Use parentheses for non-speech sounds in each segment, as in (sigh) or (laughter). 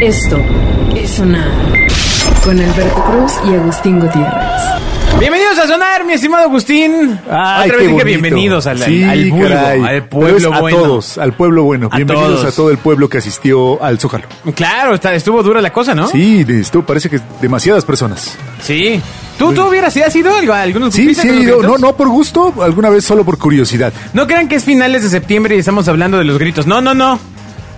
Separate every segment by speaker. Speaker 1: Esto es sonar con Alberto Cruz y Agustín Gutiérrez.
Speaker 2: Bienvenidos a Sonar, mi estimado Agustín.
Speaker 3: Ay,
Speaker 2: Otra
Speaker 3: Ah, qué
Speaker 2: vez dije
Speaker 3: bonito.
Speaker 2: bienvenidos al,
Speaker 3: Sí,
Speaker 2: al vulgo,
Speaker 3: caray.
Speaker 2: al
Speaker 3: Pero
Speaker 2: pueblo
Speaker 3: es a
Speaker 2: bueno.
Speaker 3: todos, al pueblo bueno.
Speaker 2: A
Speaker 3: Bienvenidos
Speaker 2: todos.
Speaker 3: a todo el pueblo que asistió al Zócalo.
Speaker 2: Claro, está- estuvo dura la cosa, ¿no?
Speaker 3: Sí, esto parece que demasiadas personas.
Speaker 2: Sí. ¿Tú, tú hubieras ¿sí has ido algo- a algunos
Speaker 3: Pues- Sí,
Speaker 2: fuiste
Speaker 3: sí,
Speaker 2: a algunos
Speaker 3: no, no,
Speaker 2: gritos?
Speaker 3: no por gusto, alguna vez solo por curiosidad.
Speaker 2: No crean que es finales de septiembre y estamos hablando de los gritos. No, no, no.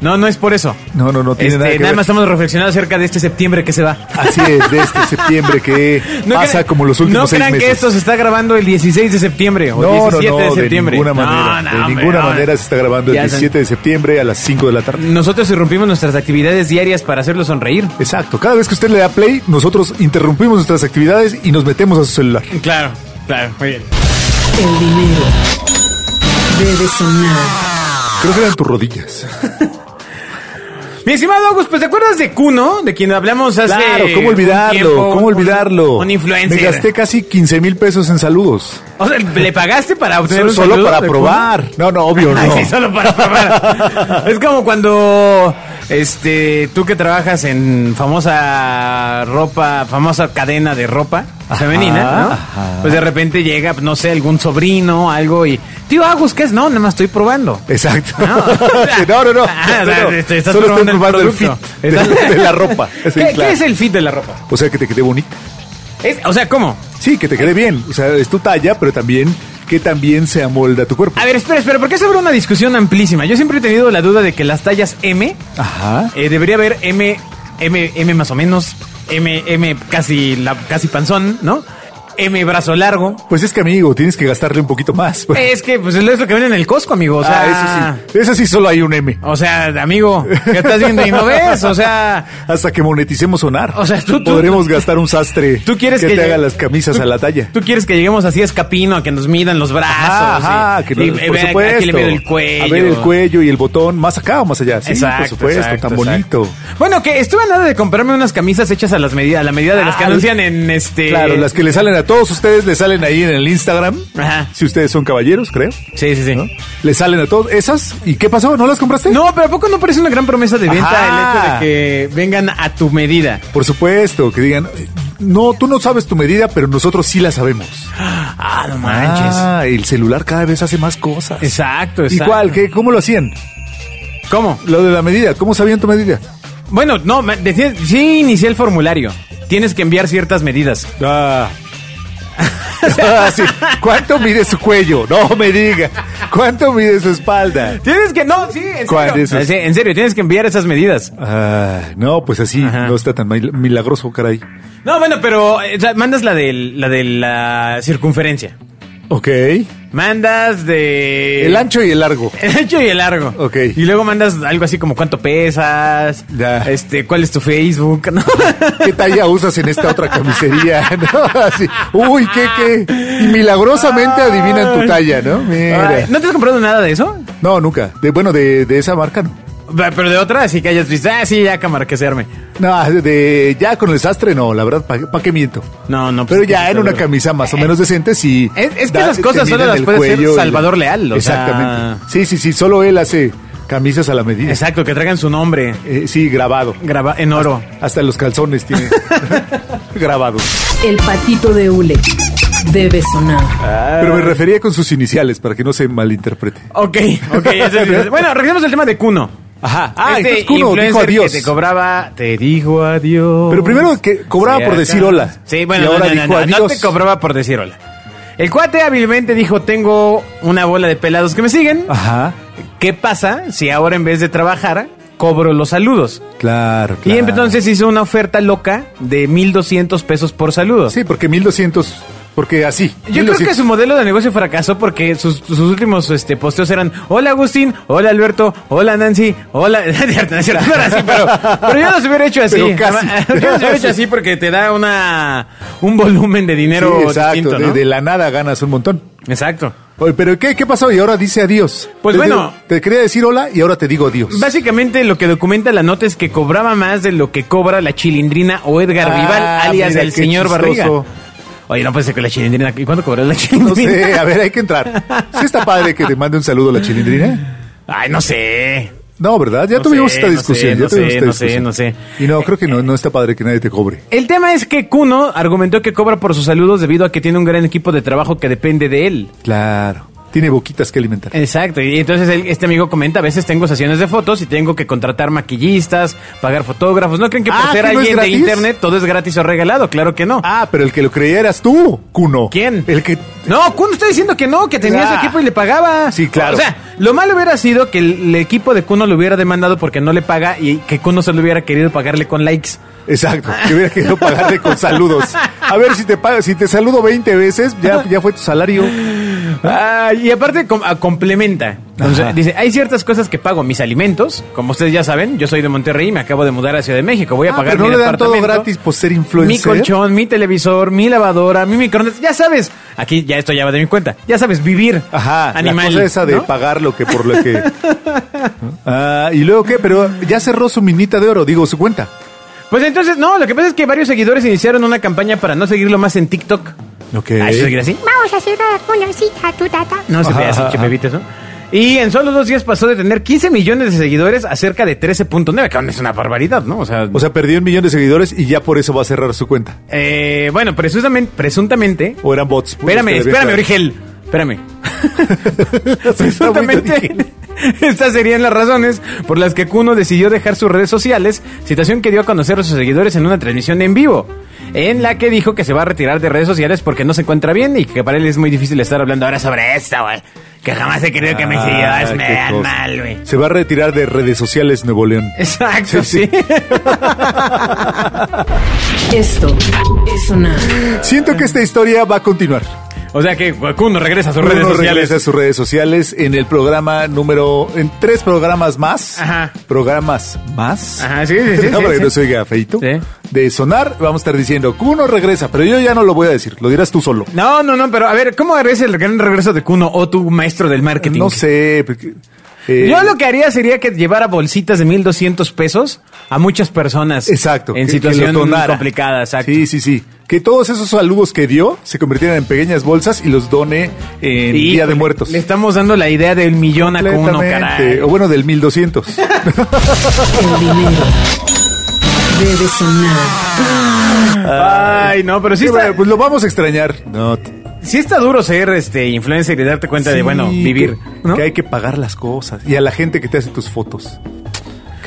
Speaker 2: No, no es por eso.
Speaker 3: No, no, no tiene
Speaker 2: Este,
Speaker 3: nada que
Speaker 2: nada
Speaker 3: ver.
Speaker 2: más estamos reflexionando acerca de este septiembre que se va.
Speaker 3: Así es,
Speaker 2: (laughs)
Speaker 3: de este septiembre que
Speaker 2: No
Speaker 3: pasa
Speaker 2: crean-
Speaker 3: como los últimos
Speaker 2: No
Speaker 3: seis
Speaker 2: crean
Speaker 3: meses.
Speaker 2: que esto se está grabando el 16 de septiembre o
Speaker 3: no, no,
Speaker 2: 17
Speaker 3: no,
Speaker 2: de septiembre.
Speaker 3: de ninguna manera.
Speaker 2: No, no,
Speaker 3: de
Speaker 2: hombre,
Speaker 3: ninguna
Speaker 2: no.
Speaker 3: manera se está grabando el
Speaker 2: Ya saben.
Speaker 3: 17 de septiembre a las 5 de la tarde.
Speaker 2: Nosotros irrumpimos nuestras actividades diarias para hacerlo sonreír.
Speaker 3: Exacto, cada vez que usted le da play, nosotros interrumpimos nuestras actividades y nos metemos a su celular.
Speaker 2: Claro, claro, muy bien.
Speaker 1: El dinero debe sonar.
Speaker 3: Creo que eran tus rodillas.
Speaker 2: Mi estimado August, pues ¿te acuerdas de Cuno, de quien hablamos hace
Speaker 3: Claro, ¿cómo olvidarlo?
Speaker 2: un tiempo?
Speaker 3: ¿Cómo
Speaker 2: Un-
Speaker 3: olvidarlo?
Speaker 2: Un, influencer.
Speaker 3: Me gasté casi 15 mil pesos en saludos.
Speaker 2: O sea, ¿le pagaste para obtener
Speaker 3: Solo,
Speaker 2: un saludo
Speaker 3: para
Speaker 2: de Kuno?
Speaker 3: probar. No, no, obvio
Speaker 2: (laughs) Ay,
Speaker 3: no.
Speaker 2: sí, solo para probar. es como cuando este tú que trabajas en famosa ropa, famosa cadena de ropa femenina,
Speaker 3: Ajá,
Speaker 2: ¿no?
Speaker 3: ajá.
Speaker 2: Pues de repente llega, no sé, algún sobrino, algo y tío Agus, ¿qué es? No, nada más estoy probando.
Speaker 3: Exacto.
Speaker 2: No.
Speaker 3: (laughs) No, no, no.
Speaker 2: Ah, o sea,
Speaker 3: No, no.
Speaker 2: te- te estás
Speaker 3: Solo estoy
Speaker 2: probando el
Speaker 3: probando el fit
Speaker 2: producto.
Speaker 3: de,
Speaker 2: Estás-
Speaker 3: de
Speaker 2: (laughs)
Speaker 3: la ropa. Sí,
Speaker 2: ¿Qué,
Speaker 3: claro.
Speaker 2: qué es el fit de la ropa?
Speaker 3: O sea, que te quede bonita.
Speaker 2: Es- o sea, ¿cómo?
Speaker 3: Sí, que te quede bien. O sea, es tu talla, pero también que también se amolda a tu cuerpo.
Speaker 2: A ver, espera, espera, porque es sobre una discusión amplísima. Yo siempre he tenido la duda de que las tallas M
Speaker 3: Ajá.
Speaker 2: Eh, debería haber M, M, M más o menos, M, M casi, la, casi panzón, ¿no? M brazo largo.
Speaker 3: Pues es que, amigo, tienes que gastarle un poquito más. (laughs)
Speaker 2: Es que pues es lo que ven en el Costco, amigo. O sea,
Speaker 3: Ah, eso sí. Eso sí, solo hay un M.
Speaker 2: O sea, amigo, ¿qué estás viendo y no ves? O sea,
Speaker 3: Hasta que moneticemos sonar.
Speaker 2: O sea, tú- tú-
Speaker 3: podremos gastar un sastre
Speaker 2: tú quieres que,
Speaker 3: te
Speaker 2: llegue-
Speaker 3: haga las camisas
Speaker 2: tú-
Speaker 3: a la talla.
Speaker 2: Tú quieres que lleguemos así a escapino, a que nos midan los brazos.
Speaker 3: Ajá,
Speaker 2: y-
Speaker 3: ajá, que no-
Speaker 2: Ah, y
Speaker 3: por
Speaker 2: ve- ve-
Speaker 3: supuesto.
Speaker 2: Aquí le mido el cuello.
Speaker 3: A ver el cuello y el botón, más acá o más allá. Sí, por supuesto,
Speaker 2: exacto,
Speaker 3: tan
Speaker 2: exacto.
Speaker 3: bonito.
Speaker 2: Bueno, que estuve a nada de comprarme unas camisas hechas a las medidas, a la medida de las que
Speaker 3: Ah,
Speaker 2: anuncian en este.
Speaker 3: Claro, las que le salen a todos ustedes, le salen ahí en el Instagram.
Speaker 2: Ajá.
Speaker 3: Si ustedes son caballeros, creo.
Speaker 2: Sí, sí, sí.
Speaker 3: Le salen a todos esas. ¿Y qué pasó? ¿No las compraste?
Speaker 2: No, pero ¿a poco no parece una gran promesa de venta
Speaker 3: Ajá.
Speaker 2: el hecho de que vengan a tu medida?
Speaker 3: Por supuesto, que digan, no, tú no sabes tu medida, pero nosotros sí la sabemos.
Speaker 2: Ah, no
Speaker 3: Ah, el celular cada vez hace más cosas.
Speaker 2: Exacto, exacto.
Speaker 3: ¿Y cuál? ¿Qué? ¿Cómo lo hacían?
Speaker 2: ¿Cómo?
Speaker 3: Lo de la medida, ¿cómo sabían tu medida?
Speaker 2: Bueno, no, me- decía- sí inicié el formulario. Tienes que enviar ciertas medidas.
Speaker 3: Ah. (laughs) Ah, sí. ¿Cuánto mide su cuello? No me diga. ¿Cuánto mide su espalda?
Speaker 2: Tienes que, no, sí, en serio.
Speaker 3: ¿Cuál de esos?
Speaker 2: Sí, En serio, tienes que enviar esas medidas.
Speaker 3: Ah, no, pues así
Speaker 2: Ajá.
Speaker 3: no está tan mil- milagroso, caray.
Speaker 2: No, bueno, pero eh, o sea, mandas la de la, de la circunferencia.
Speaker 3: Ok.
Speaker 2: Mandas de...
Speaker 3: Eh. El ancho y el largo.
Speaker 2: El ancho y el largo.
Speaker 3: Ok.
Speaker 2: Y luego mandas algo así como cuánto pesas,
Speaker 3: Ya.
Speaker 2: este, cuál es tu Facebook, ¿no?
Speaker 3: ¿Qué talla usas en esta otra camisería? (laughs) ¿No? Así. Uy, qué, qué. Y
Speaker 2: (laughs)
Speaker 3: milagrosamente adivinan tu talla, ¿no?
Speaker 2: Ay,
Speaker 3: Mira.
Speaker 2: ¿No te has comprado nada de eso?
Speaker 3: No, nunca. De, bueno, de, de esa marca no.
Speaker 2: Va, Pero de otra, así que hayas visto, ah, sí, ya cámara, que se arme.
Speaker 3: No, de ya con el sastre no, la verdad, ¿para qué miento?
Speaker 2: No, no, pues,
Speaker 3: Pero ya
Speaker 2: sí, Eh,
Speaker 3: en una
Speaker 2: seguro.
Speaker 3: camisa más o menos decente, sí.
Speaker 2: Es- es que
Speaker 3: Da-
Speaker 2: esas cosas
Speaker 3: te
Speaker 2: solo
Speaker 3: miran
Speaker 2: las
Speaker 3: el
Speaker 2: puede hacer
Speaker 3: cuello y-
Speaker 2: Salvador Leal, o
Speaker 3: Exactamente. Sí, sí, sí, solo él hace camisas a la medida.
Speaker 2: Exacto, que traigan su nombre
Speaker 3: Eh, sí, grabado.
Speaker 2: graba en oro.
Speaker 3: Hasta los
Speaker 2: (laughs)
Speaker 3: calzones tiene grabados.
Speaker 1: El patito de hule debe sonar.
Speaker 3: Ah. Pero
Speaker 2: Ah.
Speaker 3: me refería con sus iniciales para que no se malinterprete.
Speaker 2: Ok, ok. eso es- bueno, regresemos al tema de Cuno.
Speaker 3: Ajá. Ah, entonces Kuno dijo adiós.
Speaker 2: Que te cobraba, te dijo adiós.
Speaker 3: Pero primero que cobraba por
Speaker 2: acá.
Speaker 3: decir hola.
Speaker 2: Sí, bueno,
Speaker 3: Y
Speaker 2: no, no,
Speaker 3: ahora
Speaker 2: no,
Speaker 3: dijo
Speaker 2: no, no
Speaker 3: adiós.
Speaker 2: te cobraba por decir hola. El cuate hábilmente dijo, tengo una bola de pelados que me siguen.
Speaker 3: Ajá.
Speaker 2: ¿Qué pasa si ahora en vez de trabajar cobro los saludos?
Speaker 3: Claro,
Speaker 2: Y
Speaker 3: claro.
Speaker 2: entonces hizo una oferta loca de 1200 pesos por saludo.
Speaker 3: Sí, porque 1200, porque así.
Speaker 2: Yo creo que
Speaker 3: 1200.
Speaker 2: su modelo de negocio fracasó porque sus, sus últimos este, posteos eran Hola Agustín, hola Alberto, hola Nancy, hola... (laughs) No es cierto, no es cierto, no era así, pero, pero yo los hubiera hecho así.
Speaker 3: Pero casi.
Speaker 2: Yo los hubiera hecho así porque te da una un volumen de dinero
Speaker 3: Sí, exacto,
Speaker 2: distinto,
Speaker 3: de-
Speaker 2: ¿no?
Speaker 3: de, la nada ganas un montón.
Speaker 2: Exacto.
Speaker 3: Oye, pero ¿qué, qué pasó? Y ahora dice adiós.
Speaker 2: Pues
Speaker 3: Te
Speaker 2: bueno.
Speaker 3: digo- te quería decir hola y ahora te digo adiós. (laughs)
Speaker 2: Básicamente lo que documenta la nota es que cobraba más de lo que cobra la chilindrina o Edgar
Speaker 3: Ah,
Speaker 2: Vival, alias
Speaker 3: mira,
Speaker 2: el
Speaker 3: qué
Speaker 2: señor Barriga.
Speaker 3: chistoso.
Speaker 2: Oye, no puede ser que la chilindrina... ¿Y cuánto cobró la
Speaker 3: No
Speaker 2: chilindrina?
Speaker 3: sé, a ver, hay que entrar. ¿Sí está padre que te mande un saludo la chilindrina?
Speaker 2: Ay, no sé.
Speaker 3: No, ¿verdad? Ya
Speaker 2: No
Speaker 3: tuvimos
Speaker 2: sé,
Speaker 3: esta
Speaker 2: no
Speaker 3: discusión.
Speaker 2: sé,
Speaker 3: ya
Speaker 2: no
Speaker 3: tuvimos
Speaker 2: sé,
Speaker 3: esta
Speaker 2: no sé,
Speaker 3: discusión.
Speaker 2: no sé. Eh,
Speaker 3: Y no, creo que no, no está padre que nadie te cobre.
Speaker 2: El tema es que Kuno argumentó que cobra por sus saludos debido a que tiene un gran equipo de trabajo que depende de él.
Speaker 3: Claro. Tiene boquitas que alimentar.
Speaker 2: Exacto, y entonces él- este amigo comenta, a veces tengo sesiones de fotos y tengo que contratar maquillistas, pagar fotógrafos. ¿No creen que por
Speaker 3: Ah,
Speaker 2: ser
Speaker 3: ¿que no es
Speaker 2: alguien de
Speaker 3: gratis?
Speaker 2: internet todo es gratis o regalado? Claro que no.
Speaker 3: Ah, pero el que lo creía eras tú, Cuno.
Speaker 2: ¿Quién?
Speaker 3: El que.
Speaker 2: No, Kuno está diciendo que no, que tenía
Speaker 3: Ah.
Speaker 2: su equipo y le pagaba.
Speaker 3: Sí, claro.
Speaker 2: O sea, lo malo hubiera sido que el, el equipo de Kuno lo hubiera demandado porque no le paga y que Kuno se lo hubiera querido pagarle con likes.
Speaker 3: Exacto. Que hubiera querido pagarte con saludos. A ver, si te pago, si te saludo 20 veces, ya, ya fue tu salario.
Speaker 2: Ah, y aparte com- ah, complementa. Entonces,
Speaker 3: Ajá.
Speaker 2: dice, hay ciertas cosas que pago, mis alimentos, como ustedes ya saben, yo soy de Monterrey, me acabo de mudar a Ciudad de México, voy a
Speaker 3: Ah,
Speaker 2: pagar
Speaker 3: pero no
Speaker 2: mi
Speaker 3: le dan todo
Speaker 2: departamento,
Speaker 3: gratis por ser influencer.
Speaker 2: Mi colchón, mi televisor, mi lavadora, mi microondas, ya sabes. Aquí ya esto ya va de mi cuenta. Ya sabes vivir.
Speaker 3: Ajá,
Speaker 2: animal,
Speaker 3: la cosa esa de
Speaker 2: ¿no?
Speaker 3: pagar lo que por lo que. Ah, y luego qué, pero ya cerró su minita de oro, digo, su cuenta.
Speaker 2: Pues entonces, no, lo que pasa es que varios seguidores iniciaron una campaña para no seguirlo más en TikTok.
Speaker 3: Ok.
Speaker 2: Ah, ¿eso seguirá así?
Speaker 4: Vamos a hacer una conocita a tu tata.
Speaker 2: No se ve
Speaker 3: Ajá,
Speaker 2: así,
Speaker 3: ajá,
Speaker 2: che,
Speaker 3: ajá.
Speaker 2: bebitas, ¿no? Y en solo dos días pasó de tener 15 millones de seguidores a cerca de 13.9, que aún es una barbaridad, ¿no? O sea,
Speaker 3: O sea, perdió un millón de seguidores y ya por eso va a cerrar su cuenta.
Speaker 2: Eh, bueno, presuntamente, presuntamente.
Speaker 3: O eran bots. puros que
Speaker 2: espérame,
Speaker 3: debían
Speaker 2: espérame,
Speaker 3: estar-
Speaker 2: Origel. Espérame.
Speaker 3: (laughs) Está muy
Speaker 2: Presuntamente.
Speaker 3: origen.
Speaker 2: (laughs) Estas serían las razones por las que Kuno decidió dejar sus redes sociales, situación que dio a conocer a sus seguidores en una transmisión en vivo, en la que dijo que se va a retirar de redes sociales porque no se encuentra bien y que para él es muy difícil estar hablando ahora sobre esto, güey. Que jamás he querido que mis
Speaker 3: Ah,
Speaker 2: seguidores me
Speaker 3: qué
Speaker 2: vean
Speaker 3: cosa.
Speaker 2: mal, güey.
Speaker 3: Se va a retirar de redes sociales Nuevo León.
Speaker 2: Exacto,
Speaker 3: Sí, sí.
Speaker 2: sí.
Speaker 1: Esto es sonar.
Speaker 3: Siento que esta historia va a continuar.
Speaker 2: O sea que Kuno regresa a sus redes
Speaker 3: Uno
Speaker 2: sociales.
Speaker 3: regresa a sus redes sociales en el programa número. en tres programas más.
Speaker 2: Ajá.
Speaker 3: Programas más.
Speaker 2: Ajá, sí,
Speaker 3: (laughs)
Speaker 2: sí, sí,
Speaker 3: No,
Speaker 2: sí,
Speaker 3: para que
Speaker 2: sí.
Speaker 3: no se oiga feito.
Speaker 2: Sí.
Speaker 3: De sonar, vamos a estar diciendo que uno regresa, pero yo ya no lo voy a decir, lo dirás tú solo.
Speaker 2: No, no, no, pero a ver, ¿cómo es el gran regreso de Kuno o tu maestro del marketing?
Speaker 3: No sé. porque, eh,
Speaker 2: Yo lo que haría sería que llevara bolsitas de 1200 pesos a muchas personas.
Speaker 3: Exacto.
Speaker 2: En
Speaker 3: que-
Speaker 2: situación
Speaker 3: que los donara.
Speaker 2: complicada, exacto.
Speaker 3: Sí, sí, sí. Que todos esos saludos que dio se convirtieran en pequeñas bolsas y los done en
Speaker 2: Híjole,
Speaker 3: Día de Muertos.
Speaker 2: Eh, Le estamos dando la idea del millón a Kuno,
Speaker 3: Completamente.
Speaker 2: caray.
Speaker 3: O bueno, del 1200.
Speaker 1: El dinero debe sonar.
Speaker 2: Ay, no, pero sí
Speaker 3: Sí,
Speaker 2: está,
Speaker 3: bueno, pues lo vamos a extrañar. No, t-
Speaker 2: sí está duro ser este influencer y darte cuenta de,
Speaker 3: sí,
Speaker 2: bueno, vivir.
Speaker 3: Que,
Speaker 2: ¿no?
Speaker 3: que hay que pagar las cosas. Y a la gente que te hace tus fotos.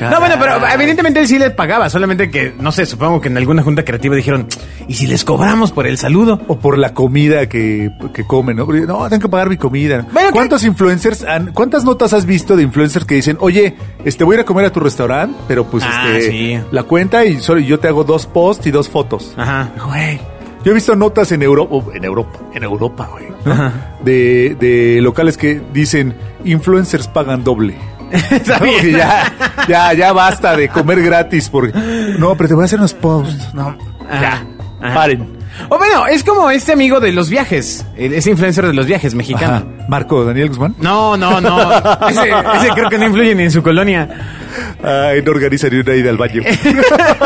Speaker 2: No, bueno, pero evidentemente él sí les pagaba, solamente que, no sé, supongo que en alguna junta creativa dijeron, ¿y si les cobramos por el saludo?
Speaker 3: O por la comida que, que comen, ¿no? Porque, No, tengo que pagar mi comida.
Speaker 2: Bueno, ¿qué?
Speaker 3: ¿Cuántos influencers han- cuántas notas has visto de influencers que dicen, oye, este voy a ir a comer a tu restaurante, pero pues
Speaker 2: Ah,
Speaker 3: este
Speaker 2: sí. Ah.
Speaker 3: la cuenta y solo yo te hago dos posts y dos fotos?
Speaker 2: Ajá.
Speaker 3: Güey. Yo he visto notas en Europa, en Europa, en Europa, güey. ¿no?
Speaker 2: Ajá.
Speaker 3: De, de locales que dicen influencers pagan doble.
Speaker 2: (laughs) Está
Speaker 3: No,
Speaker 2: bien.
Speaker 3: porque ya, ya, ya basta de comer gratis porque. No, pero te voy a hacer unos posts. No.
Speaker 2: Ajá,
Speaker 3: Ya.
Speaker 2: Ah. ajá.
Speaker 3: Paren.
Speaker 2: O bueno, es como este amigo de los viajes, el- ese influencer de los viajes mexicano.
Speaker 3: Ajá. Marco Daniel Guzmán.
Speaker 2: No, no,
Speaker 3: (laughs)
Speaker 2: no. Ese, ese creo que no influye ni en su colonia.
Speaker 3: Ay, no organizaría una ida al baño. (laughs)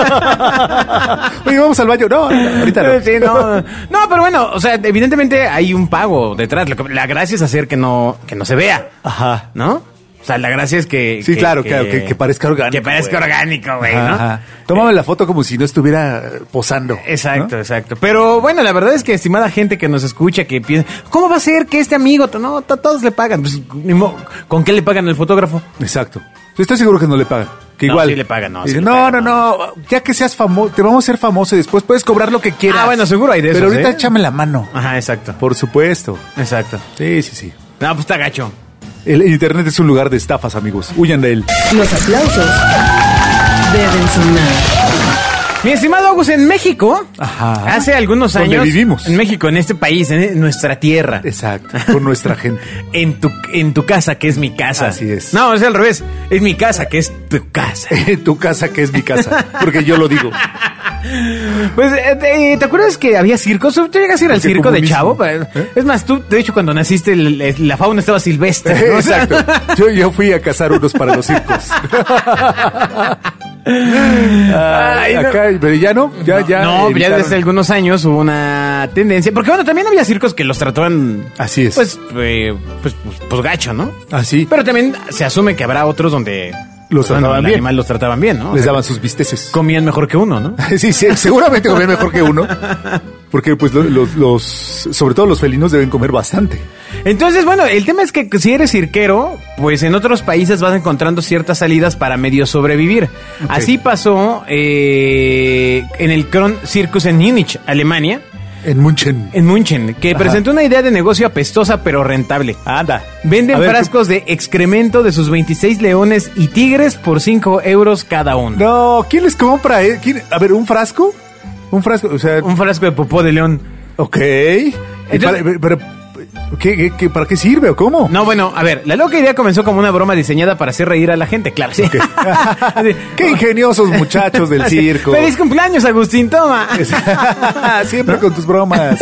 Speaker 3: Oye, vamos al baño. No, ahorita no.
Speaker 2: Sí, no. No, pero bueno, o sea, evidentemente hay un pago detrás. Lo que- La gracia es hacer que no, que no se vea,
Speaker 3: Ajá.
Speaker 2: ¿no? O sea, la gracia es que...
Speaker 3: Sí, claro, claro, que- que parezca orgánico,
Speaker 2: Que parezca
Speaker 3: güey.
Speaker 2: orgánico, güey, ¿no?
Speaker 3: Ajá. Tómame la foto como si no estuviera eh, posando.
Speaker 2: Exacto, exacto. Pero bueno, la verdad es que estimada gente que nos escucha, que piensa, ¿cómo va a ser que este amigo, no, to- todos le pagan? Pues, ni mo- ¿Con qué le pagan al fotógrafo?
Speaker 3: ¿no? Exacto. Yo estoy seguro que no le pagan. Que
Speaker 2: No,
Speaker 3: igual.
Speaker 2: sí le pagan, no,
Speaker 3: Dice,
Speaker 2: sí le
Speaker 3: no,
Speaker 2: pagan,
Speaker 3: no, no. Ya que seas famoso, te vamos a ser famoso y después puedes cobrar lo que quieras.
Speaker 2: Ah, bueno, seguro hay de
Speaker 3: Pero
Speaker 2: esos,
Speaker 3: ahorita
Speaker 2: ¿eh?
Speaker 3: échame la mano.
Speaker 2: Ajá, exacto.
Speaker 3: Por supuesto.
Speaker 2: Exacto.
Speaker 3: Sí, sí, sí.
Speaker 2: No, pues está gacho.
Speaker 3: El internet es un lugar de estafas, amigos. Huyan de él.
Speaker 1: Los aplausos deben sonar.
Speaker 2: Mi estimado Agus, en México,
Speaker 3: Ajá.
Speaker 2: hace algunos
Speaker 3: Donde
Speaker 2: años.
Speaker 3: vivimos.
Speaker 2: En México, en este país, en en nuestra tierra.
Speaker 3: Exacto. Con nuestra gente.
Speaker 2: En tu, en tu casa, que es mi casa.
Speaker 3: Así es.
Speaker 2: No, es al revés. Es mi casa, que es tu (laughs) casa.
Speaker 3: En (laughs) tu casa que es mi casa. Porque yo lo (laughs) digo.
Speaker 2: Pues, eh, eh, ¿te acuerdas que había circos? ¿Tú llegas a ir al
Speaker 3: Porque
Speaker 2: circo de
Speaker 3: comunismo.
Speaker 2: chavo?
Speaker 3: ¿Eh?
Speaker 2: Es más, tú, de hecho, cuando naciste, el- el- la fauna estaba silvestre.
Speaker 3: (laughs)
Speaker 2: ¿no? O sea,
Speaker 3: Exacto. Yo, yo fui a cazar unos para los circos.
Speaker 2: Ay, no.
Speaker 3: Acá, pero ya no, ya, ya.
Speaker 2: no, ya
Speaker 3: evitaron.
Speaker 2: desde algunos años hubo una tendencia. Porque, bueno, también había circos que los trataban.
Speaker 3: Así es.
Speaker 2: Pues, eh, pues, pues, pues gacho, ¿no?
Speaker 3: Así.
Speaker 2: Pero también se asume que habrá otros donde
Speaker 3: los
Speaker 2: Bueno,
Speaker 3: trataban
Speaker 2: al
Speaker 3: bien.
Speaker 2: animal los trataban bien, ¿no? O
Speaker 3: Les
Speaker 2: sea,
Speaker 3: daban sus bisteces.
Speaker 2: comían mejor que uno, ¿no?
Speaker 3: (laughs) Sí, sí, seguramente comían mejor que uno. Porque pues lo- los, los- sobre todo los felinos deben comer bastante.
Speaker 2: Entonces, bueno, el tema es que si eres cirquero, pues en otros países vas encontrando ciertas salidas para medio sobrevivir.
Speaker 3: Ok.
Speaker 2: Así pasó eh, en el Kron Circus en Múnich, Alemania,
Speaker 3: En Munchen.
Speaker 2: en München, que
Speaker 3: Ajá.
Speaker 2: presentó una idea de negocio apestosa pero rentable.
Speaker 3: Anda.
Speaker 2: Venden
Speaker 3: A ver,
Speaker 2: frascos de excremento de sus 26 leones y tigres por 5 euros cada uno.
Speaker 3: No, ¿quién les compra? eh? ¿Quién- A ver, ¿un frasco? Un frasco, o sea,
Speaker 2: Un frasco de popó de león.
Speaker 3: ok. ¿Y
Speaker 2: Entonces-
Speaker 3: para, pero, ¿qué- qué- qué- para qué sirve o cómo?
Speaker 2: No, bueno, a ver, la loca idea comenzó como una broma diseñada para hacer reír a la gente, claro. sí. (laughs) Así,
Speaker 3: (laughs) Qué ingeniosos muchachos
Speaker 2: (laughs)
Speaker 3: del
Speaker 2: así,
Speaker 3: circo.
Speaker 2: Ah,
Speaker 3: (laughs)
Speaker 2: ¡Feliz cumpleaños, Agustín! Toma.
Speaker 3: Siempre con
Speaker 2: (laughs)
Speaker 3: tus bromas.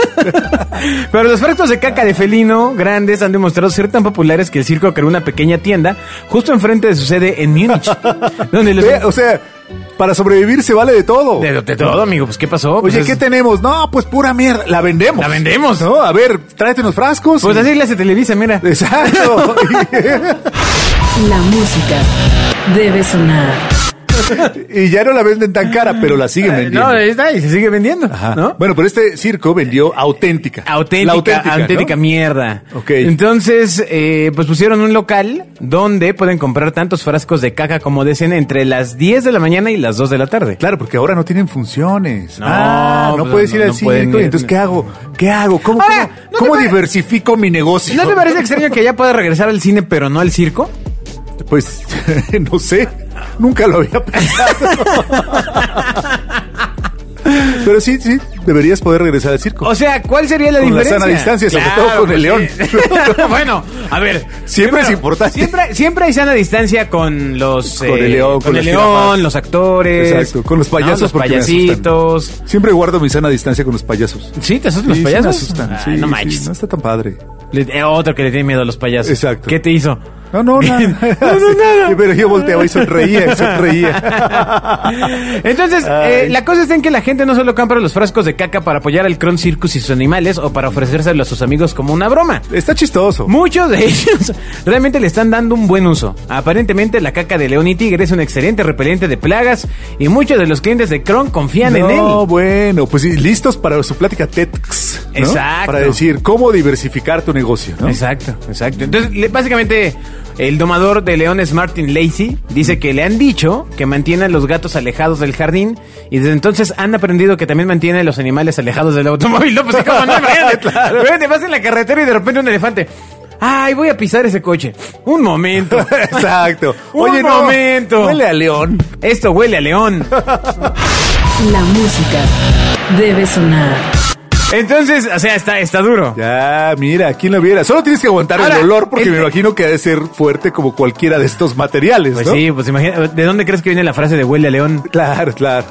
Speaker 2: Pero los frascos de caca de felino grandes han demostrado ser tan populares que el circo creó una pequeña tienda justo enfrente de su sede en
Speaker 3: (laughs)
Speaker 2: Múnich. donde los...
Speaker 3: Ve, O sea, para sobrevivir se vale de todo.
Speaker 2: de, de todo, amigo, pues ¿qué pasó? Pues,
Speaker 3: Oye,
Speaker 2: es-
Speaker 3: ¿qué tenemos? No, pues pura mierda. La vendemos.
Speaker 2: La vendemos.
Speaker 3: No, a ver, tráete unos frascos.
Speaker 2: Pues
Speaker 3: Y-
Speaker 2: así le hace Televisa, mira. (laughs)
Speaker 3: Exacto. (laughs)
Speaker 1: La música debe sonar.
Speaker 3: y, y ya no la venden tan cara, pero la siguen
Speaker 2: Eh,
Speaker 3: vendiendo.
Speaker 2: No, ahí está, y se sigue vendiendo,
Speaker 3: Ajá.
Speaker 2: ¿no?
Speaker 3: Bueno, pero este circo vendió auténtica.
Speaker 2: Auténtica,
Speaker 3: La
Speaker 2: auténtica,
Speaker 3: ¿no?
Speaker 2: mierda.
Speaker 3: Ok.
Speaker 2: Entonces, eh, pues pusieron un local donde pueden comprar tantos frascos de caca como deseen entre las 10 de la mañana y las 2 de la tarde.
Speaker 3: Claro, porque ahora no tienen funciones.
Speaker 2: No,
Speaker 3: ah, no
Speaker 2: pues,
Speaker 3: puedes
Speaker 2: no,
Speaker 3: ir al
Speaker 2: no pueden
Speaker 3: circo.
Speaker 2: ir.
Speaker 3: ¿Y entonces qué hago? ¿Qué hago? ¿Cómo,
Speaker 2: Ahora,
Speaker 3: cómo-
Speaker 2: ¿no te
Speaker 3: cómo
Speaker 2: pare-
Speaker 3: diversifico mi negocio?
Speaker 2: ¿No te parece extraño que ya pueda regresar al cine pero no al circo?
Speaker 3: Pues (laughs) no sé, nunca lo había pensado.
Speaker 2: (laughs)
Speaker 3: Pero sí, sí, deberías poder regresar al circo.
Speaker 2: O sea, ¿cuál sería la
Speaker 3: Con la
Speaker 2: diferencia?
Speaker 3: sana distancia, sobre todo con el
Speaker 2: pues, sí. (laughs) bueno, a ver.
Speaker 3: Siempre es importante.
Speaker 2: Siempre, siempre hay sana distancia con los. eh,
Speaker 3: Con el león,
Speaker 2: con,
Speaker 3: con
Speaker 2: el
Speaker 3: las jirafas.
Speaker 2: león, los actores.
Speaker 3: Exacto, con los
Speaker 2: ¿no?
Speaker 3: payasos
Speaker 2: Los
Speaker 3: porque me
Speaker 2: payasitos.
Speaker 3: asustan. Siempre guardo mi sana distancia con los payasos.
Speaker 2: Sí, te asustan
Speaker 3: Sí,
Speaker 2: Oh. los
Speaker 3: sí
Speaker 2: payasos.
Speaker 3: me asustan,
Speaker 2: Ay,
Speaker 3: sí,
Speaker 2: no
Speaker 3: sí,
Speaker 2: manches.
Speaker 3: no está tan padre.
Speaker 2: Le- eh, otro que le tiene miedo a los payasos.
Speaker 3: Exacto.
Speaker 2: ¿Qué te hizo? (laughs)
Speaker 3: No, no, nada.
Speaker 2: No, no, nada.
Speaker 3: (laughs) Pero yo volteaba y sonreía, y
Speaker 2: (laughs)
Speaker 3: sonreía.
Speaker 2: Entonces, eh, la cosa está en que la gente no solo compra los frascos de caca para apoyar al Cron Circus y sus animales o para ofrecérselo a sus amigos como una broma.
Speaker 3: Está chistoso.
Speaker 2: Muchos de ellos (laughs) realmente le están dando un buen uso. Aparentemente la caca de león y tigre es un excelente repelente de plagas y muchos de los clientes de Kron confían en
Speaker 3: No,
Speaker 2: él.
Speaker 3: bueno, pues sí, listos para su plática TEDx. ¿no?
Speaker 2: Exacto.
Speaker 3: Para decir cómo diversificar tu negocio, ¿no?
Speaker 2: Exacto, exacto. Entonces, le- básicamente, el domador de leones Martin Lacey dice que le han dicho que mantiene a los gatos alejados del jardín y desde entonces han aprendido que también mantiene a los animales alejados del automóvil. No, pues ¿cómo
Speaker 3: (laughs)
Speaker 2: no? Imagínate, imagínate, vas en la carretera y de repente un elefante. Ay, voy a pisar ese coche. Un
Speaker 3: (laughs)
Speaker 2: momento.
Speaker 3: (laughs) Exacto.
Speaker 2: Un
Speaker 3: Oye, no,
Speaker 2: momento.
Speaker 3: Huele a león.
Speaker 2: Esto huele a
Speaker 3: (laughs)
Speaker 2: león.
Speaker 1: La música debe sonar.
Speaker 2: Entonces, o sea, está, está duro.
Speaker 3: Ya, mira, ¿quién lo viera? Solo tienes que aguantar
Speaker 2: Ahora,
Speaker 3: el olor porque
Speaker 2: el-
Speaker 3: me imagino que ha de ser fuerte como cualquiera de estos materiales,
Speaker 2: Pues
Speaker 3: ¿no?
Speaker 2: sí, pues imagina, ¿de dónde crees que viene la frase de huele a león?
Speaker 3: Claro, claro.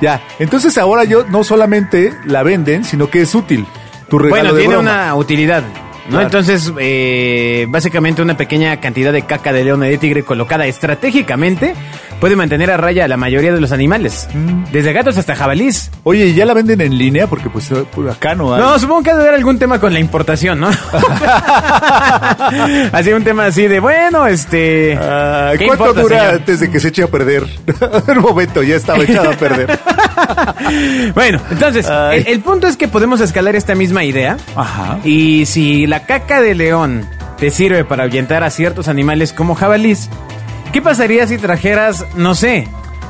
Speaker 3: Ya, entonces ahora yo no solamente la venden, sino que es útil. Tu regalo
Speaker 2: Bueno,
Speaker 3: de
Speaker 2: tiene
Speaker 3: broma.
Speaker 2: una utilidad. ¿no?
Speaker 3: Claro.
Speaker 2: Entonces, eh, básicamente una pequeña cantidad de caca de león y de tigre colocada estratégicamente puede mantener a raya a la mayoría de los animales.
Speaker 3: Mm.
Speaker 2: Desde gatos hasta jabalís.
Speaker 3: Oye, ¿y ya la venden en línea? Porque pues eh, pues, acá no hay.
Speaker 2: No, supongo que ha de haber algún tema con la importación,
Speaker 3: (laughs)
Speaker 2: ¿no? (laughs) así un tema así de, bueno, este...
Speaker 3: Ah,
Speaker 2: ¿qué
Speaker 3: ¿Cuánto
Speaker 2: importa,
Speaker 3: dura
Speaker 2: señor?
Speaker 3: antes de que se eche a perder? (laughs) un momento, ya estaba echado a perder.
Speaker 2: Bueno, entonces,
Speaker 3: Ay.
Speaker 2: el, el punto es que podemos escalar esta misma idea.
Speaker 3: Ajá.
Speaker 2: Y si la caca de león te sirve para ahuyentar a ciertos animales como jabalís, ¿qué pasaría si trajeras, no sé,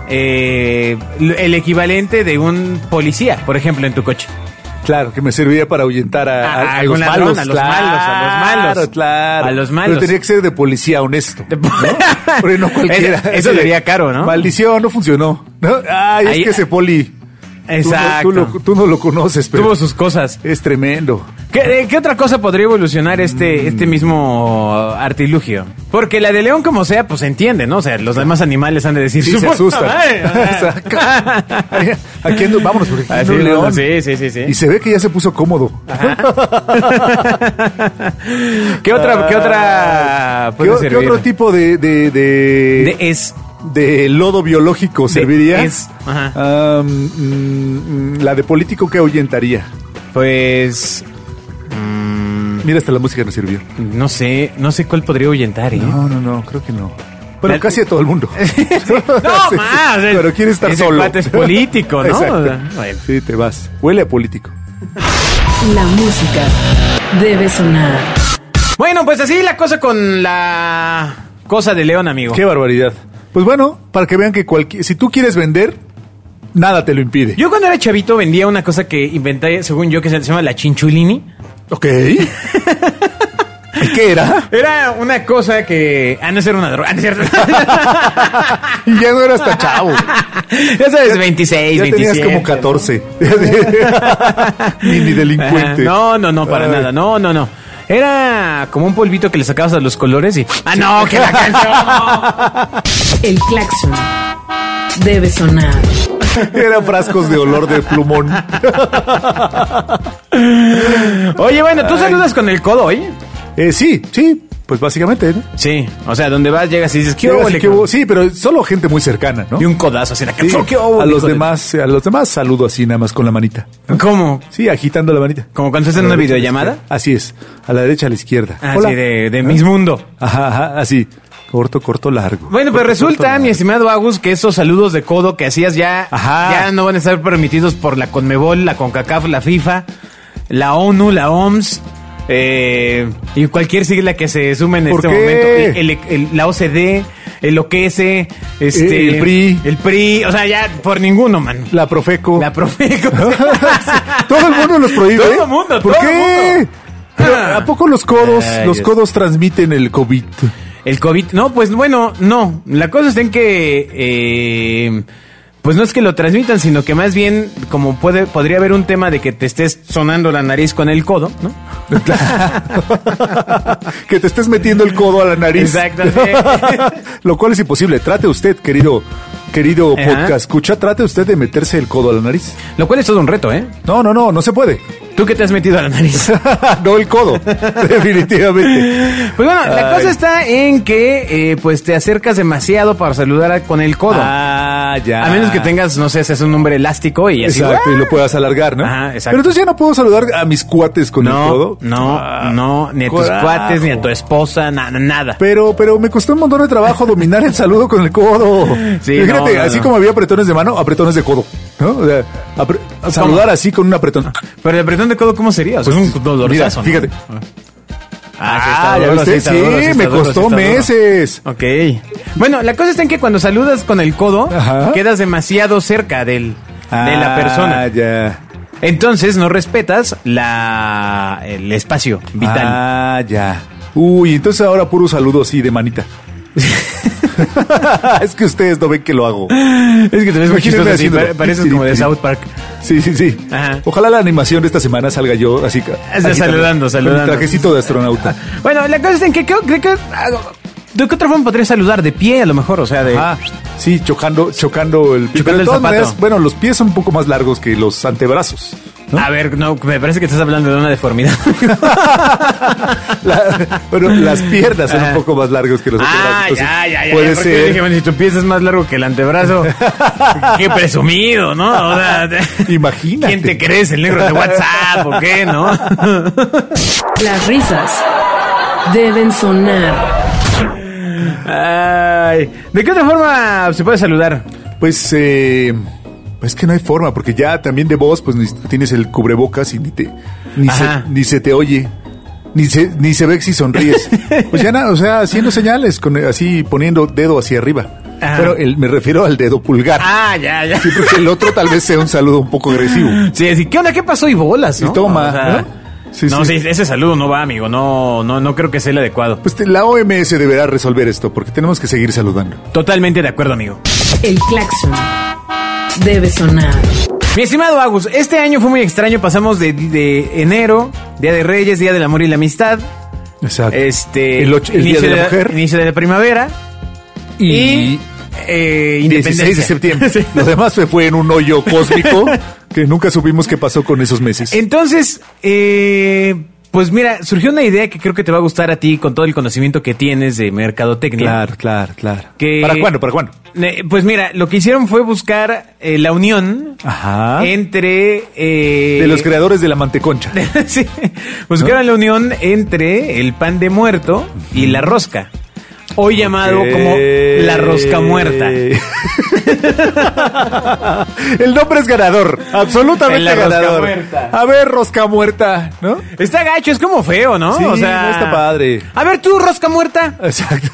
Speaker 2: eh, l- el equivalente de un policía, por ejemplo, en tu coche?
Speaker 3: Claro, que me serviría para ahuyentar
Speaker 2: Ah,
Speaker 3: a,
Speaker 2: A- a
Speaker 3: a- a
Speaker 2: algún
Speaker 3: los
Speaker 2: ladrón,
Speaker 3: malos.
Speaker 2: a los malos, a los malos.
Speaker 3: Claro, claro.
Speaker 2: A los malos.
Speaker 3: Pero tenía que ser de policía honesto.
Speaker 2: De-
Speaker 3: ¿no? (laughs) Porque no cualquiera.
Speaker 2: (laughs) Eso- eso sería caro, ¿no?
Speaker 3: Maldición, no funcionó. ¿no? Ay, es
Speaker 2: Ahí-
Speaker 3: que ese poli. tú no-
Speaker 2: Exacto.
Speaker 3: Tú, lo- tú no lo conoces, pero
Speaker 2: Tuvo sus cosas.
Speaker 3: es tremendo.
Speaker 2: ¿Qué, eh, qué otra cosa podría evolucionar este,
Speaker 3: Mm.
Speaker 2: este mismo artilugio? Porque la de león, como sea, pues se entiende, ¿no? O sea, los demás animales han de decir...
Speaker 3: Sí,
Speaker 2: "Su
Speaker 3: se
Speaker 2: puta (laughs)
Speaker 3: asustan.
Speaker 2: madre", o
Speaker 3: (laughs)
Speaker 2: sea.
Speaker 3: Exacto.
Speaker 2: (laughs)
Speaker 3: Ay, Aquí ando- vámonos, porque aquí
Speaker 2: Ah,
Speaker 3: anda
Speaker 2: sí,
Speaker 3: un
Speaker 2: no, no,
Speaker 3: león.
Speaker 2: sí, sí, sí, sí.
Speaker 3: Y se ve que ya se puso cómodo.
Speaker 2: ¿Qué otra, qué otra
Speaker 3: Ah, ¿Qué,
Speaker 2: puede
Speaker 3: o- qué
Speaker 2: servir?
Speaker 3: otro tipo de... de,
Speaker 2: de
Speaker 3: de,
Speaker 2: es?
Speaker 3: de lodo biológico serviría?
Speaker 2: es, ajá.
Speaker 3: Ah, mm, mm, la de político que ahuyentaría.
Speaker 2: Pues. mm,
Speaker 3: Mira, hasta la música nos sirvió.
Speaker 2: no sé, no sé cuál podría ahuyentar, ¿eh?
Speaker 3: No, no, no, creo que no. Bueno, casi a todo
Speaker 2: (laughs)
Speaker 3: el mundo. (laughs)
Speaker 2: No
Speaker 3: Sí, sí.
Speaker 2: más. es-
Speaker 3: Pero quiere estar
Speaker 2: ese
Speaker 3: solo.
Speaker 2: cuate es político, ¿no?
Speaker 3: (laughs) Exacto.
Speaker 2: O sea, bueno.
Speaker 3: Sí, te vas. Huele a político.
Speaker 1: La música debe sonar.
Speaker 2: Bueno, pues así la cosa con la cosa de León, amigo.
Speaker 3: Qué barbaridad. Pues bueno, para que vean que cualquier, si tú quieres vender, nada te lo impide.
Speaker 2: Yo cuando era chavito vendía una cosa que inventé, según yo, que se se llama la chinchulini. (laughs)
Speaker 3: Ok. ¿Y qué era?
Speaker 2: Era una cosa que... Ah, no, esa era una droga. (laughs) Ah, no es cierto.
Speaker 3: Y ya no eras tan chavo.
Speaker 2: ya sabes, 26,
Speaker 3: ya
Speaker 2: 27.
Speaker 3: tenías como 14. (laughs) Mini delincuente.
Speaker 2: Ajá. No, no, no, para
Speaker 3: Ay.
Speaker 2: nada. No, no, no. Era como un polvito que le sacabas a los colores y... ¡Ah, no! ¡Que la canción!
Speaker 1: El claxon debe sonar.
Speaker 3: Eran frascos de olor de
Speaker 2: (laughs)
Speaker 3: plumón.
Speaker 2: Oye, bueno, ¿tú saludas con el codo hoy?
Speaker 3: Eh, sí, sí, pues básicamente. ¿no?
Speaker 2: Sí. O sea, donde vas, llegas y dices... ¿Qué
Speaker 3: Llegas y
Speaker 2: hubo, le-
Speaker 3: que hubo- Sí, pero solo gente muy cercana, ¿no?
Speaker 2: Y un codazo así en la
Speaker 3: Sí,
Speaker 2: cara. ¿Qué hubo,
Speaker 3: a los
Speaker 2: hijo de-
Speaker 3: demás, eh, a los demás saludo así nada más con la manita.
Speaker 2: ¿Cómo?
Speaker 3: Sí, agitando la manita.
Speaker 2: ¿Como cuando estás en
Speaker 3: A la
Speaker 2: una
Speaker 3: derecha, a la
Speaker 2: videollamada?
Speaker 3: izquierda. Así es, a la derecha, a la izquierda.
Speaker 2: Ah,
Speaker 3: Hola.
Speaker 2: sí, de, de mis mundo.
Speaker 3: Ajá, ajá, así. Corto, corto, largo.
Speaker 2: Bueno, pues
Speaker 3: Corto, corto,
Speaker 2: resulta,
Speaker 3: largo.
Speaker 2: mi estimado Agus, que esos saludos de codo que hacías ya,
Speaker 3: Ajá.
Speaker 2: ya no van a estar permitidos por la CONMEBOL, la CONCACAF, la FIFA, la ONU, la OMS eh, y cualquier sigla que se sume en
Speaker 3: ¿Por
Speaker 2: este
Speaker 3: qué?
Speaker 2: momento. El- el- el- la OCDE, el OQS, este,
Speaker 3: Eh, El PRI.
Speaker 2: El PRI, o sea, ya por ninguno, man.
Speaker 3: La Profeco.
Speaker 2: La
Speaker 3: (laughs)
Speaker 2: Profeco. (laughs)
Speaker 3: todo el mundo los prohíbe. ¿eh?
Speaker 2: Todo el mundo,
Speaker 3: ¿Por
Speaker 2: todo el
Speaker 3: qué?
Speaker 2: mundo.
Speaker 3: Pero,
Speaker 2: Ah.
Speaker 3: ¿A poco los codos,
Speaker 2: Ay,
Speaker 3: los
Speaker 2: Dios.
Speaker 3: codos transmiten el COVID? (laughs)
Speaker 2: El COVID. No, pues bueno, no. La cosa está en que. eh, pues no es que lo transmitan, sino que más bien, como puede, podría haber un tema de que te estés sonando la nariz con el codo, ¿no?
Speaker 3: que te estés metiendo el codo a la nariz.
Speaker 2: Exactamente.
Speaker 3: (laughs) Lo cual es imposible. Trate usted, querido, querido
Speaker 2: Ajá.
Speaker 3: podcast. Escucha, trate usted de meterse el codo a la nariz.
Speaker 2: Lo cual es todo un reto, ¿eh?
Speaker 3: No, no, no, no se puede. (laughs)
Speaker 2: ¿Tú qué te has metido a la nariz?
Speaker 3: no
Speaker 2: (laughs)
Speaker 3: el codo, definitivamente.
Speaker 2: Pues bueno, la
Speaker 3: Ay.
Speaker 2: cosa está en que, eh, pues te acercas demasiado para saludar a- con el codo.
Speaker 3: Ah, ya.
Speaker 2: A menos que tengas, no sé, seas un hombre elástico y así. ¡Ah!
Speaker 3: Exacto, y lo puedas alargar, ¿no?
Speaker 2: Ajá, exacto.
Speaker 3: Pero entonces ya no puedo saludar a mis cuates con el
Speaker 2: No,
Speaker 3: codo.
Speaker 2: no,
Speaker 3: Ah,
Speaker 2: no, ni a tus
Speaker 3: carajo.
Speaker 2: cuates, ni a tu esposa, na- nada.
Speaker 3: Pero, pero me costó un montón de trabajo dominar el saludo con el codo.
Speaker 2: Sí,
Speaker 3: Fíjate,
Speaker 2: no, no,
Speaker 3: así
Speaker 2: no.
Speaker 3: como había apretones de mano, apretones de codo. ¿no? O sea, apre- saludar así con un apretón.
Speaker 2: Pero el apretón de codo, ¿cómo sería? O sea,
Speaker 3: Pues,
Speaker 2: es un dolor.
Speaker 3: mira, fíjate. Ah, ya viste, sí, me costó meses.
Speaker 2: Ok. Bueno, la cosa está en que cuando saludas con el codo,
Speaker 3: Ajá.
Speaker 2: quedas demasiado cerca del, de la
Speaker 3: Ah,
Speaker 2: persona.
Speaker 3: ya.
Speaker 2: Entonces no respetas la, el espacio vital.
Speaker 3: Ah, ya. Uy, entonces ahora puro saludo así
Speaker 2: (laughs)
Speaker 3: de manita. es que ustedes no ven que lo hago.
Speaker 2: Es que te ves muy
Speaker 3: Imagínate
Speaker 2: chistoso así,
Speaker 3: haciéndolo.
Speaker 2: pa- pareces como de South Park.
Speaker 3: Sí, sí, sí.
Speaker 2: Ajá.
Speaker 3: Ojalá la animación de esta semana salga yo así. aquí también,
Speaker 2: saludando,
Speaker 3: con
Speaker 2: saludando.
Speaker 3: mi trajecito de astronauta.
Speaker 2: Bueno, la cosa está en que creo, creo que... ah, ¿De qué otra forma podrías saludar? De pie, a lo mejor, o sea, de...
Speaker 3: Ah, sí, chocando, chocando el
Speaker 2: Chocando el
Speaker 3: todas
Speaker 2: zapato.
Speaker 3: bueno, los pies son un poco más largos que los antebrazos. (laughs)
Speaker 2: A ver, no, me parece que estás hablando de una deformidad.
Speaker 3: La- bueno, las piernas son
Speaker 2: Ajá.
Speaker 3: un poco más largos que los
Speaker 2: Ah,
Speaker 3: antebrazos.
Speaker 2: ya, ya, ya.
Speaker 3: Puede
Speaker 2: ya, porque yo
Speaker 3: ser.
Speaker 2: dije, bueno, si tu pie es más largo que el
Speaker 3: (laughs)
Speaker 2: antebrazo, qué presumido, ¿no? O sea, (laughs)
Speaker 3: Imagínate.
Speaker 2: ¿Quién te crees? ¿El negro de WhatsApp o qué,
Speaker 3: (laughs)
Speaker 2: no?
Speaker 1: Las risas deben sonar.
Speaker 2: Ay, ¿De qué otra forma se puede saludar?
Speaker 3: Pues, eh, pues que no hay forma, porque ya también de voz, pues ni- tienes el cubrebocas y ni te, ni se,
Speaker 2: Ajá.
Speaker 3: ni se te oye. Ni se, ni se ve si sonríes. Pues ya nada, o sea, haciendo señales, con, así poniendo dedo hacia arriba.
Speaker 2: Ajá.
Speaker 3: Pero el, me refiero al dedo pulgar.
Speaker 2: Ah, ya, ya.
Speaker 3: Sí, porque el otro tal vez sea un saludo un poco agresivo.
Speaker 2: Sí, así, ¿qué onda? ¿Qué pasó? Y bolas, ¿no?
Speaker 3: Y toma,
Speaker 2: O sea,
Speaker 3: ¿no? Sí,
Speaker 2: no,
Speaker 3: sí.
Speaker 2: sí, ese saludo no va, amigo. No, no, no creo que sea el adecuado.
Speaker 3: Pues te- la OMS deberá resolver esto, porque tenemos que seguir saludando.
Speaker 2: Totalmente de acuerdo, amigo.
Speaker 1: El claxon debe sonar.
Speaker 2: Mi estimado Agus, este año fue muy extraño. Pasamos de, de enero, Día de Reyes, Día del Amor y la Amistad,
Speaker 3: Exacto.
Speaker 2: este
Speaker 3: (laughs) el, och- el Día
Speaker 2: inicio
Speaker 3: de la Mujer.
Speaker 2: inicio de la primavera y, eh, independencia.
Speaker 3: 16
Speaker 2: (laughs)
Speaker 3: de septiembre.
Speaker 2: Sí.
Speaker 3: Lo demás se fue en un hoyo (laughs) cósmico que nunca supimos qué pasó con esos meses.
Speaker 2: Entonces, eh, pues mira, surgió una idea que creo que te va a gustar a ti con todo el conocimiento que tienes de mercadotecnia.
Speaker 3: claro, claro.
Speaker 2: Que-
Speaker 3: ¿Para cuándo? ¿Para cuándo?
Speaker 2: Eh, pues mira, lo que hicieron fue buscar eh, la unión
Speaker 3: Ajá.
Speaker 2: entre eh,
Speaker 3: de
Speaker 2: (laughs)
Speaker 3: los creadores de la manteconcha.
Speaker 2: sí. Buscaron la unión entre el pan de muerto y la rosca. hoy llamado como la rosca
Speaker 3: (laughs)
Speaker 2: muerta.
Speaker 3: El nombre es ganador,
Speaker 2: En
Speaker 3: absolutamente
Speaker 2: la rosca
Speaker 3: ganador.
Speaker 2: muerta.
Speaker 3: A ver, rosca muerta, ¿no?
Speaker 2: Está gacho, es como feo, ¿no?
Speaker 3: Sí, no está padre.
Speaker 2: A ver tú, rosca muerta.
Speaker 3: Exacto.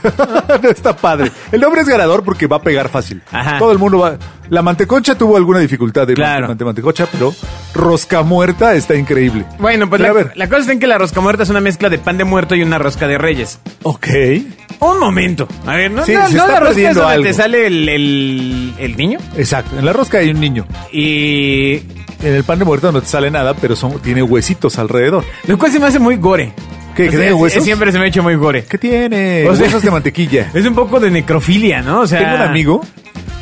Speaker 3: (laughs) no está padre. El nombre es ganador porque va a pegar fácil.
Speaker 2: Ajá.
Speaker 3: Todo el mundo va. La manteconcha tuvo alguna dificultad de
Speaker 2: Claro.
Speaker 3: mante- manteconcha, pero rosca muerta está increíble.
Speaker 2: Bueno, pues
Speaker 3: Pero
Speaker 2: la,
Speaker 3: a ver.
Speaker 2: la cosa está en que la rosca muerta es una mezcla de pan de muerto y una rosca de reyes.
Speaker 3: Ok.
Speaker 2: Un momento. A ver, no,
Speaker 3: Sí,
Speaker 2: no,
Speaker 3: se
Speaker 2: no
Speaker 3: está
Speaker 2: la rosca es
Speaker 3: perdiendo
Speaker 2: donde
Speaker 3: algo.
Speaker 2: te sale el, el- el niño.
Speaker 3: Exacto. En la rosca hay un niño.
Speaker 2: Y.
Speaker 3: En el pan de muerto no te sale nada, pero son, tiene huesitos alrededor.
Speaker 2: Lo cual se me hace muy gore.
Speaker 3: ¿Qué, que
Speaker 2: O sea,
Speaker 3: tiene
Speaker 2: es-
Speaker 3: huesos?
Speaker 2: Siempre se me ha hecho muy gore.
Speaker 3: ¿Qué tiene?
Speaker 2: O sea-
Speaker 3: Huesos de mantequilla.
Speaker 2: Es un poco de necrofilia, ¿no? O sea.
Speaker 3: Tengo un amigo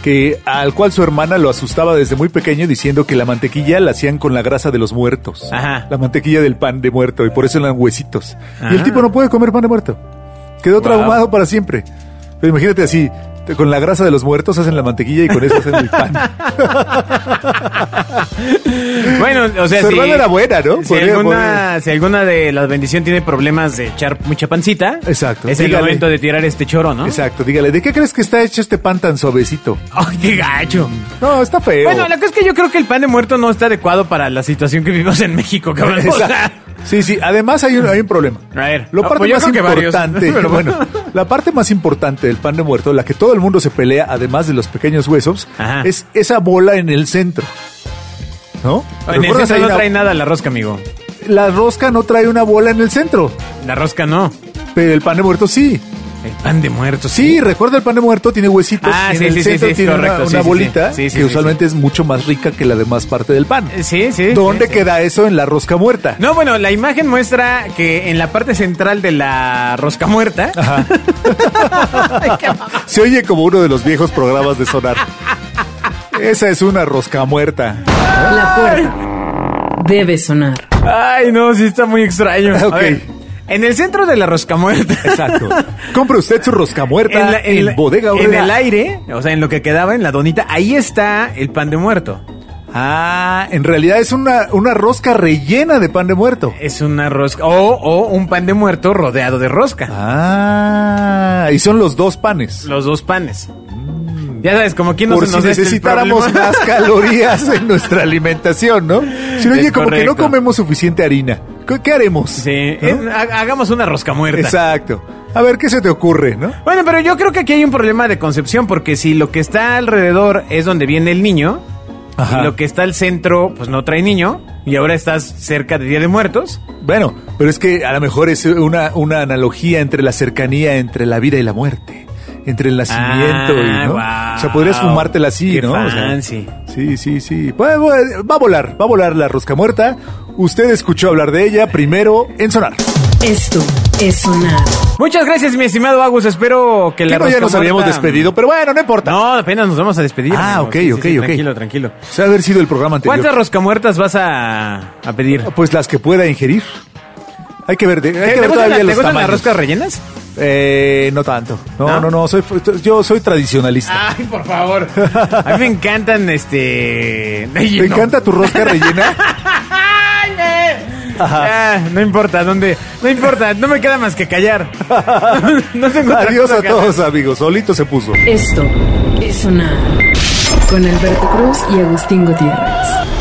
Speaker 3: que al cual su hermana lo asustaba desde muy pequeño diciendo que la mantequilla la hacían con la grasa de los muertos.
Speaker 2: Ajá.
Speaker 3: La mantequilla del pan de muerto y por eso eran huesitos. Y
Speaker 2: Ah.
Speaker 3: el tipo no puede comer pan de muerto. Quedó
Speaker 2: Wow.
Speaker 3: traumado para siempre. Pero imagínate así, te- con la grasa de los muertos hacen la mantequilla y con eso hacen el
Speaker 2: (laughs)
Speaker 3: pan.
Speaker 2: Bueno, o sea,
Speaker 3: Su
Speaker 2: si,
Speaker 3: hermana era buena, ¿no?
Speaker 2: Si
Speaker 3: Podría-
Speaker 2: alguna, si alguna de las bendiciones tiene problemas de echar mucha pancita,
Speaker 3: Exacto,
Speaker 2: es el
Speaker 3: dígale.
Speaker 2: momento de tirar este choro, ¿no?
Speaker 3: Exacto, dígale, ¿de qué crees que está hecho este pan tan suavecito?
Speaker 2: Ay, qué gacho.
Speaker 3: No, está feo.
Speaker 2: Bueno, la cosa es que yo creo que el pan de muerto no está adecuado para la situación que vivimos en México, cabrón. O sea,
Speaker 3: Esa- Sí, sí, además hay un, hay un problema.
Speaker 2: A ver, no,
Speaker 3: la parte
Speaker 2: pues yo
Speaker 3: más
Speaker 2: creo que varios, (laughs)
Speaker 3: importante,
Speaker 2: pero bueno.
Speaker 3: bueno, la parte más importante del pan de muerto, la que todo el mundo se pelea, además de los pequeños huesos,
Speaker 2: Ajá.
Speaker 3: es esa bola en el centro. ¿No?
Speaker 2: en el
Speaker 3: ¿Recuerdas
Speaker 2: centro
Speaker 3: ahí
Speaker 2: no
Speaker 3: una-
Speaker 2: trae nada la rosca, amigo.
Speaker 3: La rosca no trae una bola en el centro,
Speaker 2: La rosca no.
Speaker 3: pero el pan de muerto sí.
Speaker 2: El pan de muerto.
Speaker 3: Sí, recuerda el pan de muerto tiene huesitos
Speaker 2: Ah,
Speaker 3: y en
Speaker 2: sí,
Speaker 3: el
Speaker 2: sí, sí,
Speaker 3: centro
Speaker 2: sí,
Speaker 3: tiene una-
Speaker 2: correcto,
Speaker 3: una,
Speaker 2: sí, sí, sí.
Speaker 3: bolita
Speaker 2: Sí, sí,
Speaker 3: que
Speaker 2: sí,
Speaker 3: usualmente es mucho más rica que la demás parte del pan.
Speaker 2: Eh, Sí, sí.
Speaker 3: ¿Dónde
Speaker 2: sí, sí.
Speaker 3: queda eso en la rosca muerta?
Speaker 2: No, bueno, la imagen muestra que en la parte central de la rosca muerta.
Speaker 3: Se oye como uno de los viejos programas de sonar. Esa es una rosca muerta.
Speaker 1: La puerta debe sonar.
Speaker 2: Ay, no, sí está muy extraño.
Speaker 3: Ah, (laughs) ok.
Speaker 2: A ver, en el centro de la rosca
Speaker 3: (laughs)
Speaker 2: muerta.
Speaker 3: Exacto. Compre usted su rosca muerta en,
Speaker 2: la- la-
Speaker 3: bodega
Speaker 2: en
Speaker 3: Aurrera.
Speaker 2: el aire, o sea, en lo que quedaba en la donita, ahí está el pan de muerto.
Speaker 3: Ah, en realidad es una, una rosca rellena de pan de muerto.
Speaker 2: Es una rosca. O, o un pan de muerto rodeado de rosca.
Speaker 3: Ah, y son los dos panes.
Speaker 2: Los dos panes. Ya sabes, como quien nos,
Speaker 3: Mm. Por si
Speaker 2: nos este el
Speaker 3: necesitáramos
Speaker 2: problema.
Speaker 3: más calorías en nuestra alimentación, ¿no? Si oye,
Speaker 2: Es
Speaker 3: como que no
Speaker 2: correcto.
Speaker 3: comemos suficiente harina. ¿Qué, qué haremos?
Speaker 2: Sí,
Speaker 3: ¿No?
Speaker 2: eh, ha- hagamos una rosca muerta.
Speaker 3: Exacto. A ver, ¿qué se te ocurre, no?
Speaker 2: Bueno, pero yo creo que aquí hay un problema de concepción, porque si lo que está alrededor es donde viene el niño,
Speaker 3: Ajá.
Speaker 2: y lo que está al centro, pues no trae niño, y ahora estás cerca de Día de Muertos.
Speaker 3: Bueno, pero es que a lo mejor es una, una analogía entre la cercanía entre la vida y la muerte. Entre el nacimiento
Speaker 2: Ah,
Speaker 3: y, ¿no?
Speaker 2: guau.
Speaker 3: O sea, podrías fumártela así,
Speaker 2: Qué
Speaker 3: ¿no? O sea,
Speaker 2: fancy.
Speaker 3: sí, sí, sí. Bueno, bueno, va a volar, va a volar la rosca muerta. Usted escuchó hablar de ella primero en Sonar.
Speaker 1: Esto es sonar.
Speaker 2: Muchas gracias, mi estimado Agus. Espero que la
Speaker 3: Claro, ya
Speaker 2: rosca
Speaker 3: nos habíamos
Speaker 2: muerta-
Speaker 3: despedido, pero bueno, no importa.
Speaker 2: No, apenas nos vamos a despedir.
Speaker 3: Ah,
Speaker 2: amigo.
Speaker 3: ok,
Speaker 2: Sí, sí,
Speaker 3: ok,
Speaker 2: sí,
Speaker 3: ok.
Speaker 2: Tranquilo, tranquilo.
Speaker 3: O sea, haber sido el programa anterior.
Speaker 2: ¿Cuántas roscamuertas vas a, a pedir?
Speaker 3: Pues las que pueda ingerir. Hay que ver, de- hay que
Speaker 2: ¿Te
Speaker 3: ver
Speaker 2: gustan,
Speaker 3: todavía
Speaker 2: la- te
Speaker 3: los
Speaker 2: gustan las
Speaker 3: tamaños.
Speaker 2: roscas rellenas?
Speaker 3: Eh, no tanto. No,
Speaker 2: ¿No?
Speaker 3: no, no, soy, yo soy tradicionalista.
Speaker 2: (laughs) Ay, por favor. A
Speaker 3: (laughs)
Speaker 2: mí me encantan este. (laughs)
Speaker 3: ¿Te encanta tu rosca rellena? Ajá.
Speaker 2: Ah, no importa dónde. No importa, no me queda más que
Speaker 3: (laughs)
Speaker 2: callar. (laughs) No tengo otra
Speaker 3: Adiós
Speaker 2: cosa
Speaker 3: a
Speaker 2: que
Speaker 3: todos, amigos. Solito se puso.
Speaker 1: Esto es sonar. Con Alberto Cruz y Agustín Gutiérrez.